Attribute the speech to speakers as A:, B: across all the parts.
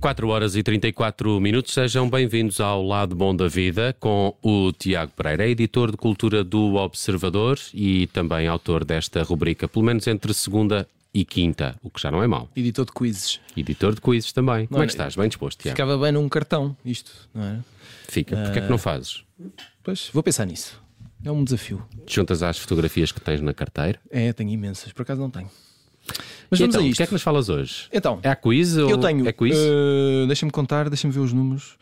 A: 4 horas e 34 minutos. Sejam bem-vindos ao Lado Bom da Vida com o Tiago Pereira, editor de cultura do Observador e também autor desta rubrica, pelo menos entre segunda e quinta, o que já não é mau.
B: Editor de quizzes.
A: Editor de quizzes também. Como é
B: era-
A: que estás? Bem disposto, Tiago?
B: Ficava bem num cartão, isto, não era?
A: Fica. Porquê
B: Eh,
A: é que não fazes?
B: Pois, vou pensar nisso. É um desafio.
A: Te juntas às fotografias que tens na carteira?
B: É, tenho imensas, por acaso não tenho. Mas
A: E
B: vamos
A: então,
B: a
A: O que
B: isto.
A: é que nos falas hoje?
B: Então,
A: É a quiz ou
B: eu tenho.
A: é quiz?
B: eh, deixa-me contar, deixa-me ver os números.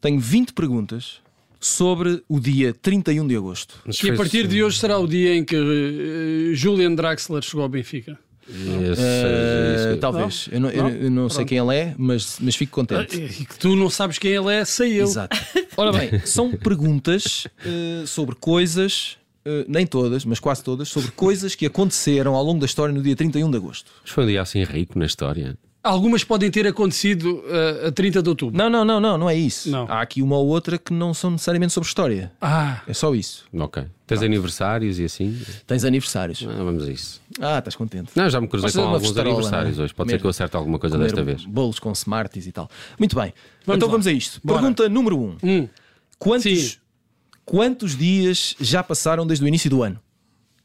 B: Tenho 20 perguntas sobre o dia 31 de agosto.
A: Nos
C: E a
A: fez-
C: partir de hoje será o dia em que eh, Julian Draxler chegou ao Benfica.
A: Esse-
B: Eh,
A: esse-
B: talvez. eu não, eu-
C: Não?
B: eu não sei quem ele é, mas, mas fico
C: Ah,
B: contente.
C: E que tu não sabes quem ele é, sei eu.
B: Exato. Ora bem, são perguntas eh, sobre coisas, eh, nem todas, mas quase todas, sobre coisas que aconteceram ao longo da história no dia 31 de agosto.
A: Mas Foi um dia assim rico na história.
C: Algumas podem ter acontecido eh, a 30 de outubro.
B: Não, não, não, não, não é isso.
C: Não.
B: Há aqui uma ou outra que não são necessariamente sobre história.
C: Ah,
B: É só isso.
A: Ok. Tens aniversários e assim?
B: Tens aniversários.
A: Ah, vamos a isso.
B: Ah, estás contente.
A: Não, já me cruzei
B: Pode ser
A: com
B: uma
A: alguns
B: festarola,
A: aniversários
B: não é?
A: hoje. Pode ser
B: Mesmo.
A: que eu acerte alguma coisa
B: Comer
A: desta vez.
B: Bolos com Smarties e tal. Muito bem.
C: Vamos
B: então
C: lá.
B: vamos a isto.
C: Bora.
B: Pergunta número 1. Um.
C: hum, Sim.
B: Quantos, quantos dias já passaram desde o início do ano?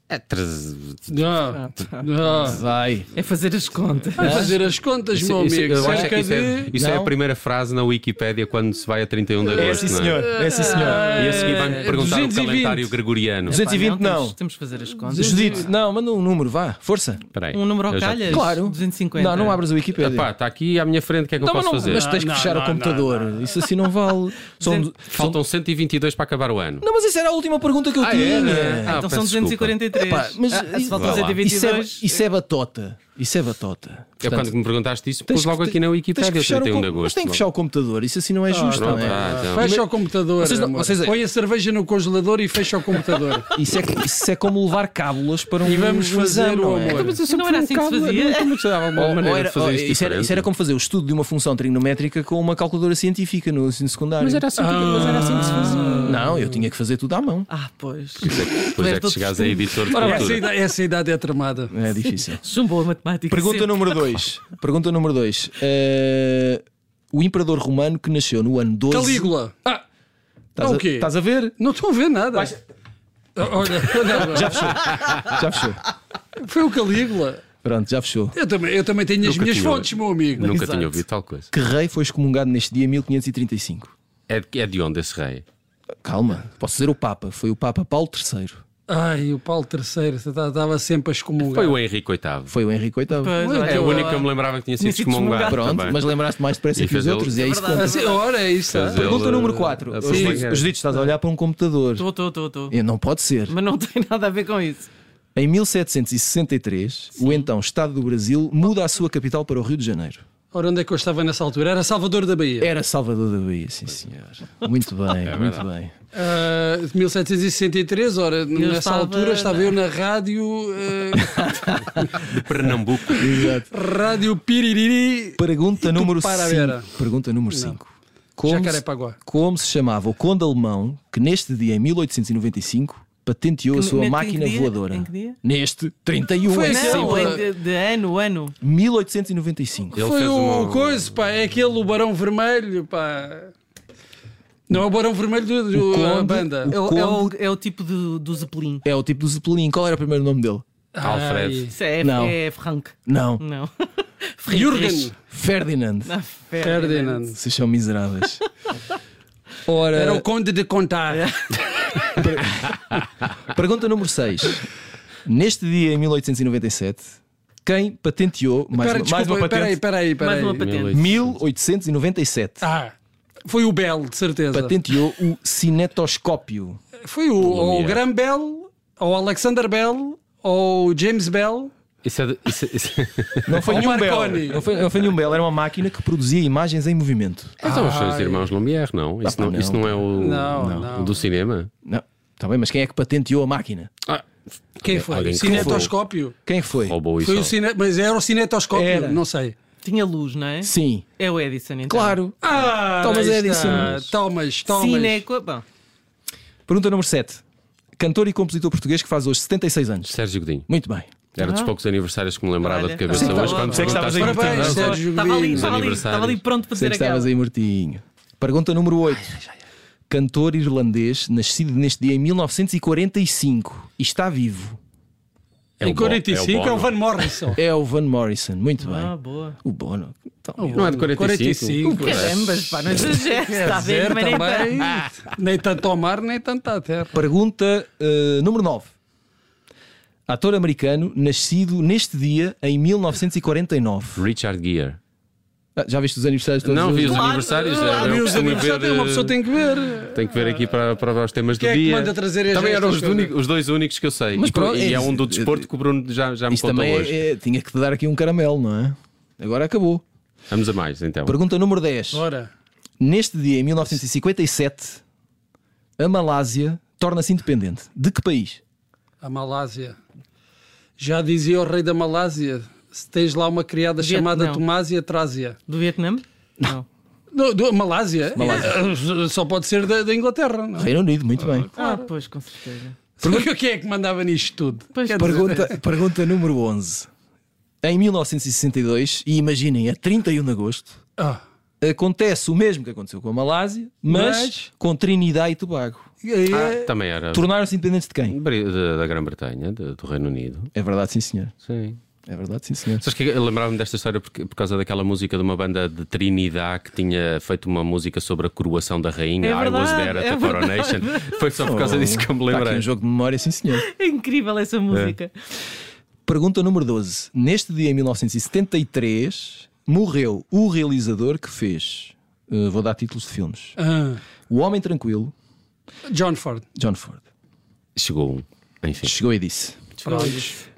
A: É treze-
D: Ah.
C: não, não.
B: Vai.
D: É fazer as contas.
C: Vai fazer as contas, meu
A: Isso-
C: amigo.
A: eu acho
C: Cerca
A: que isso, é,
C: de...
A: isso é a
B: um Não.
A: primeira frase na Wikipédia quando se vai a 31 de agosto. não
B: É sim, senhor. É,
A: E a seguir vai-me perguntar o
C: 220.
A: calendário gregoriano.
B: 220
D: Pá,
B: não.
D: Temos, temos que fazer as contas.
B: Judito, não, manda um número, vá, força.
A: Espera aí.
D: Um número
A: Eu
D: ao
A: já-
D: calhas?
B: Claro.
D: 250.
B: Não, não abras o Wikipedia.
A: Epá, está aqui à minha frente, o que é que eu
B: Não, mas
A: posso
B: não-
A: fazer?
B: Mas tens que
C: Não,
B: fechar
C: não,
B: o computador. Isso assim não vale. São-
D: Duzen-
B: são-
A: Faltam 122 para acabar o ano.
B: Não, mas isso era a última pergunta que eu tinha.
A: era? Ah,
D: então
A: peço
D: são
A: desculpa.
D: 243.
B: Epá, mas
D: Ah, se
B: isso-
D: faltam
A: vá lá.
B: isso, é,
D: 122.
B: isso é batota. Isso é batota.
A: Eu
B: Portanto,
A: quando me perguntaste isso,
B: tens
A: pus
B: que-
A: logo aqui na Wikipédia,
B: tens que fechar o
A: 31 de
B: com-
A: agosto.
B: Mas tem que fechar o computador. Isso assim não é justo,
A: pronto,
B: não é?
A: ah, então.
C: Fecha o computador.
B: Vocês não-
C: amor.
B: vocês-
C: Põe a cerveja no congelador e fecha o computador.
B: Isso é, isso é como levar cábulas para um
C: E vamos
B: um
C: fazer
B: exame,
C: o
B: não é?
C: amor.
D: Mas eu não era assim que se
A: É
D: fazia.
A: Ou- ou
B: Ou
A: era-
B: era- ou-
A: ou-
B: isso, era, isso era como fazer o estudo de uma função trigonométrica com uma calculadora científica no ensino secundário. Mas era assim,
C: Hum.
B: Não, eu tinha que fazer tudo à mão.
D: Ah, pois.
A: Depois é que chegares a editor de
C: Ora, essa,
A: cultura.
C: idade, essa idade é tramada.
B: É difícil.
D: Chumbou a matemática.
B: Pergunta
D: sempre.
B: número 2. Pergunta número 2. o imperador romano que nasceu no ano 12.
C: Calígula. Ah,
B: Estás
C: é
B: a,
C: o quê?
B: estás a ver?
C: não estou a ver nada. Olha, olha,
B: Já fechou. Já fechou.
C: foi o Calígula.
B: Pronto, já fechou.
C: Eu também, eu também tenho as
A: Nunca
C: minhas
A: tinha
C: fontes, meu amigo.
A: Nunca
D: Exato.
A: tinha ouvido tal coisa.
B: Que rei foi excomungado neste dia 1535?
A: É de, é de onde esse rei?
B: Calma, posso dizer o Papa. Foi o Papa Paulo III.
C: Ai, o Paulo III estava sempre a excomungar.
A: Foi o Henrique VIII.
B: Foi o Henrique VIII.
D: Pois, olha,
A: É o
D: boa.
A: único que
C: ah,
A: eu me lembrava que tinha sido
D: Tinha sido
A: excomungado.
D: excomungado.
B: Pronto,
A: também.
B: mas lembraste mais depressa
A: E
B: que os
A: fez ele-
B: outros. E é isso que
D: verdade.
B: conta.
C: Assim, ora, é isso.
A: Mas ele-
B: Pergunta número 4.
A: a- a-
B: Os ditos, estás a olhar para um computador.
D: Estou, estou, estou, estou.
B: Eh, Não pode ser.
D: Mas não tem nada a ver com isso.
B: Em 1763, o então Estado do Brasil muda a sua capital para o Rio de Janeiro.
C: Ora, onde é que eu estava nessa altura? Era Salvador da Bahia.
A: É.
B: Era Salvador da Bahia, sim senhor. Muito bem,
D: É
B: muito bem.
C: Ah, de 1763, ora, nessa
D: estava-
C: altura estava eu na rádio. ah,
A: De Pernambuco.
B: Exato.
C: rádio Piriri.
B: Pergunta número
C: Parabera.
B: 5. Pergunta número 5.
D: é
B: Como, se-
C: Jacarepaguá.
B: como se chamava o conde alemão que neste dia, em 1895, patenteou a
D: Que-
B: sua
D: em que
B: máquina
D: dia?
B: voadora?
D: Em que dia?
B: Neste 31
C: Foi
B: é
C: aquele-
B: sempre.
D: Não,
C: sim,
D: em-
C: pá.
D: de, de ano, ano.
B: 1895.
A: Ele
C: Foi
A: fez
C: o
A: uma-
C: coisa, pá. É aquele o Barão Vermelho, pá. Não é o Barão Vermelho do, do-
B: O Conde-
C: a banda.
B: O
D: É o, é o-
B: Conde-
D: é o tipo do, do Zeppelin.
B: É o tipo do Zeppelin. Qual era o primeiro nome dele?
A: Alfred.
D: Isso é,
B: Não.
D: é Frank.
B: Não.
D: Não.
C: Ai, Jürgen
B: Ferdinand.
D: Não,
C: Ferdinand.
B: Vocês são miseráveis. Ora,
C: Era o Conde de Contar.
B: pergunta número 6. Neste dia, em 1897, quem patenteou mais,
C: Espera,
B: uma, mais uma
C: desculpa,
B: patente?
C: peraí, peraí, peraí.
D: Mais uma patente.
B: 1897.
C: Ah, foi o Bell, de certeza.
B: Patenteou o cinetoscópio.
C: Foi o, ou o
A: Lumière.
C: Graham Bell, ou o Alexander Bell, ou o James Bell.
A: Isso é de- isso é- isso é-
B: Não foi
C: Ou
B: nenhum
C: Marconi.
B: belo. Não foi, não foi nenhum belo. Era uma máquina que produzia imagens em movimento.
A: Ah, Então, os seus irmãos Lumière, não? Isso
B: pá,
A: não,
B: não.
A: isso não é o
C: Não, não.
A: o do cinema?
B: Não. Está bem, mas quem é que patenteou a máquina?
A: Ah,
C: Quem foi?
A: alguém
C: O
A: que
C: cinetoscópio?
B: Quem é foi?
A: roubou isso.
C: Foi o cine... Mas era o cinetoscópio,
B: Era.
C: não sei.
D: Tinha luz, não é?
B: Sim,
D: É o Edison, então.
B: claro.
C: Ah,
B: Thomas
C: aí
B: Edison.
C: está. Thomas, Thomas.
D: Cineco... Bom,
B: Pergunta número 7. Cantor e compositor português que faz hoje 76 anos.
A: Sérgio Godinho.
B: Muito bem.
A: Era dos poucos aniversários que me lembrava
D: Olha.
A: de cabeça.
D: Sim,
A: mas
D: tá
A: quando
D: bom. Sei que
A: perguntaste-
E: estavas aí.
C: Parabéns,
A: Não,
C: Sérgio
D: Estava ali,
C: Godinho.
A: Os
D: estava ali,
A: aniversários.
D: estava ali pronto para
B: Sei
D: fazer
B: que estavas
D: aquela.
B: aí mortinho. Pergunta número 8. Cantor irlandês, nascido neste dia em 1945 e está vivo.
A: É o
C: Em
A: Bono, é o
C: 45 é o
A: Bono.
C: Van Morrison.
B: É o Van Morrison. Muito bem.
D: Ah, boa.
B: O Bono. Então,
A: Não é de 45?
C: 45.
D: Carambas, pá, não exageres, está a ver?
C: Zero
D: Também nem
C: É também.
D: tanto.
C: Nem tanto ao mar, nem tanto à terra.
B: Pergunta eh, número 9. Ator americano, nascido neste dia em 1949.
A: Richard Gere.
B: Ah, já viste os aniversários todos
A: Não
B: hoje?
A: vi os
D: Claro.
A: aniversários. é-
D: Ah,
A: era-
C: Ah,
A: eu
C: meus
A: costumo
C: amigos, já
A: ver,
C: tem uma pessoa
A: eh,
C: tem que ver.
A: Tenho que ver aqui para, para os temas
C: Quem
A: do
C: é que
A: dia.
C: manda trazer estas
A: Também eram os
C: coisas?
A: único- os dois únicos que eu sei.
B: Mas
A: e, co-
B: pronto,
A: e é
B: é-
A: um do desporto que o Bruno já, já me
B: Isto
A: contou
B: também
A: hoje.
B: é- é- tinha que te dar aqui um caramelo, não é? Agora acabou.
A: Vamos a mais então.
B: Pergunta número 10.
C: Ora,
B: Neste dia, em 1957, a Malásia torna-se independente. De que país?
C: a Malásia. Já dizia o rei da Malásia: se tens lá uma criada
D: Vietnã.
C: chamada Tomásia, traz-a.
D: Do Vietnã? Não.
C: Do, do- Malásia? Eh, Só pode ser da, da Inglaterra. Não? é?
B: Reino Unido, muito bem.
D: Ah, pois, com certeza.
C: Pergunta quem é que mandava nisto tudo.
D: Pois,
C: Quer dizer,
B: Pergunta, pergunta número 11. Em 1962, e imaginem, a 31 de agosto,
C: ah,
B: acontece o mesmo que aconteceu com a Malásia, mas,
C: Mas?
B: com Trinidad e Tobago.
C: e aí
A: Ah,
C: é-
A: também era
B: Tornaram-se independentes de quem?
A: Bri- da, da Grã-Bretanha, de- do Reino Unido.
B: É verdade, sim, senhor.
A: Sim.
B: É verdade, sim, senhor.
A: Sabes que eu lembrava-me desta história porque- por, causa daquela música de uma banda de Trinidad que tinha feito uma música sobre a coroação da rainha,
D: É
A: I was
D: verdade,
A: there at
D: é
A: the coronation. Foi só por causa disso que eu me
B: Está aqui
A: lembrei.
B: um jogo de memória, sim, senhor.
D: É incrível essa música.
B: Pergunta número 12. Neste dia, em 1973, morreu o realizador que fez. eh, vou dar títulos de filmes.
C: Ah,
B: O Homem Tranquilo,
C: John Ford.
B: John Ford.
A: Chegou um. Enfim.
B: Chegou e disse.
C: Pronto.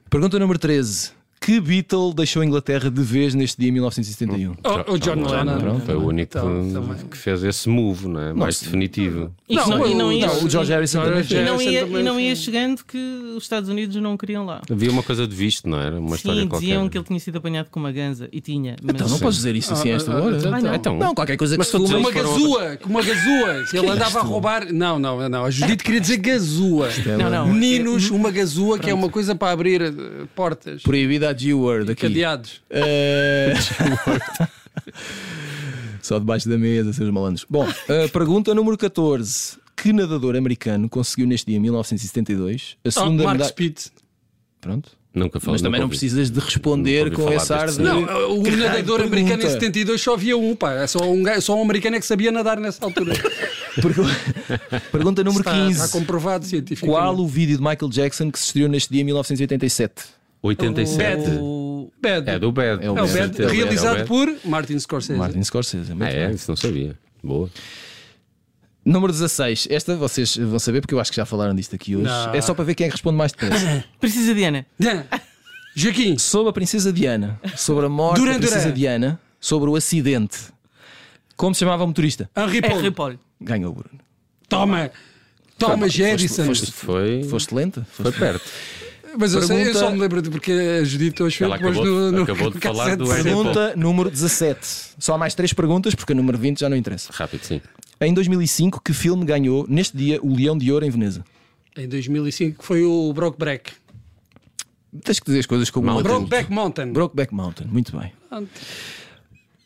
B: Pergunta número 13. Que Beatle deixou a Inglaterra de vez neste dia, em 1971?
C: O, o Oh, John Lennon.
A: Foi o único
C: Então, também.
A: que fez esse move, não é? mais definitivo.
D: E que não- e não ia-
B: Não, o George Harrison também
D: E
B: fez.
D: não ia-
C: também
D: e não ia
C: foi.
D: chegando que os Estados Unidos não queriam lá.
A: Havia uma coisa de visto, não era? Uma história
D: Sim,
A: qualquer.
D: diziam que ele tinha sido apanhado com uma ganza e tinha. Mas...
B: Então não podes dizer isso assim a esta hora.
C: Ah, então.
A: Então,
B: Não, qualquer coisa que se
C: Com
B: fuma.
C: uma gazua, com uma gazua, que é ele andava a roubar. Não, não, não. A Judite queria dizer gazua.
D: Não, não.
C: Meninos, uma gazua, que é uma coisa para abrir eh, portas.
B: Proibida a G-Word aqui.
C: Cadeados.
B: Eh, Só debaixo da mesa, seus malandros. Bom, eh, pergunta número 14. Que nadador americano conseguiu neste dia, em 1972, a
C: Oh,
B: segunda
C: Mark
B: medalha.
C: Spitz.
B: Pronto.
A: nunca falei
B: Mas também
A: nunca
B: não
A: ouvi.
B: precisas de responder
A: Nunca ouvi
B: com
A: falar
B: esse ar
A: deste
B: de.
A: senhor.
C: Não, o
B: Que
C: nadador
B: raio de
C: americano em
B: pergunta.
C: 72 só havia um, pá. É Só um, gajo- só um americano é que sabia nadar nessa altura.
B: Pergu- Pergunta número
C: Está,
B: 15.
C: está comprovado cientificamente.
B: Qual o vídeo de Michael Jackson que se estreou neste dia, em 1987?
A: 87.
D: O-
C: É Bad.
A: É do Bad.
B: É o
C: É o
A: Com
B: Bad,
C: Bad,
A: certeza.
C: realizado
A: É o Bad.
C: por Martin Scorsese.
B: Martin Scorsese. muito
A: Ah, é?
B: bem.
A: Isso não sabia. Boa.
B: Número 16. Esta vocês vão saber porque eu acho que já falaram disto aqui hoje.
C: Não.
B: É só para ver quem é que responde mais depressa.
D: Precisa, Diana.
C: Dan. Joaquim,
B: sobre a Princesa Diana, sobre a morte
C: Duran
B: da Princesa
C: Duran.
B: Diana, sobre o acidente. Como se chamava o motorista?
C: Henri
D: É
C: Paul.
D: Repolho.
B: Ganhou o Bruno.
C: Toma. Toma, Jedison.
B: Foste,
A: Foi,
B: foste lenta?
A: foi perto.
C: Mas eu, sei, eu
B: Pergunta-
C: só me lembro de porque a Judite hoje foi
A: Ela
C: depois
A: acabou-
C: no, no
A: acabou de falar do
C: cassete.
A: Henry Paul.
B: Pergunta número 17. Só há mais três perguntas porque a número 20 já não interessa.
A: Rápido, sim.
B: Em 2005, que filme ganhou neste dia o Leão de Ouro em Veneza?
C: Em 2005 foi o Brokeback.
B: Tens que dizer as coisas como o outro.
C: Brokeback Mountain.
B: Brokeback Mountain. Muito bem.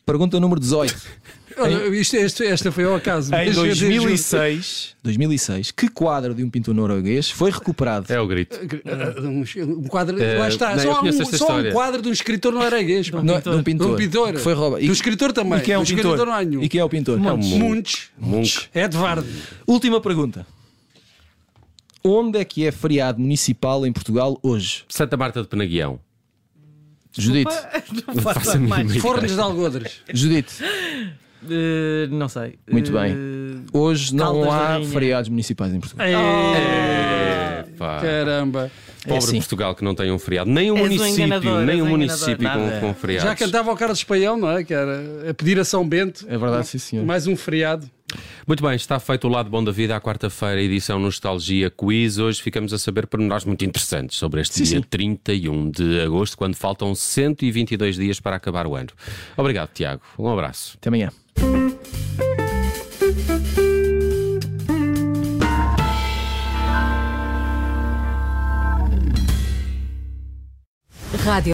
B: Pergunta número 18.
C: Olha, isto, este- esta foi ao acaso.
B: Em
C: Mas eu digo-
B: 2006, 2006, que quadro de um pintor norueguês foi recuperado?
A: É o grito.
C: Ah, Um, um quadro.
A: Eh,
C: lá está.
A: não, eu
C: só há um,
A: conheço esta
C: só há um
A: história.
C: quadro de um escritor norueguês. pá.
B: Não, de um pintor.
C: De um pintor.
B: Que foi roubado.
C: Do escritor também.
B: E quem é
C: Do
B: um
C: escritor
B: pintor?
C: não há nenhum.
B: E quem é o pintor?
A: É o Munch.
C: Munch.
A: Munch.
C: Edvard.
B: Última pergunta. Onde é que é feriado municipal em Portugal hoje?
A: Santa Marta de Penaguião.
B: Judite,
D: Não faço mais.
C: Fornos de Algodres.
B: Judite,
D: Eh, não sei.
B: Muito
D: Eh,
B: hoje não
D: Caldas da
B: há
D: Rainha. É.
B: feriados municipais em Portugal. Ah.
A: Pá,
C: Caramba.
A: pobre
B: assim.
A: Portugal que não tem um feriado. Nem um
D: És um
A: município,
D: enganador,
A: nem um
D: és um
A: município
D: enganador.
A: com, com feriados.
C: Já cantava o Carlos Paião, não é? Que era a pedir a São Bento.
B: É verdade, sim, senhor.
C: Mais um feriado.
A: Muito bem, está feito o Lado Bom da Vida à quarta-feira, edição Nostalgia Quiz. Hoje ficamos a saber pormenores muito interessantes sobre este dia 31 de agosto, quando faltam 122 dias para acabar o ano. Obrigado, Tiago. Um abraço.
B: Até amanhã.
E: Rádio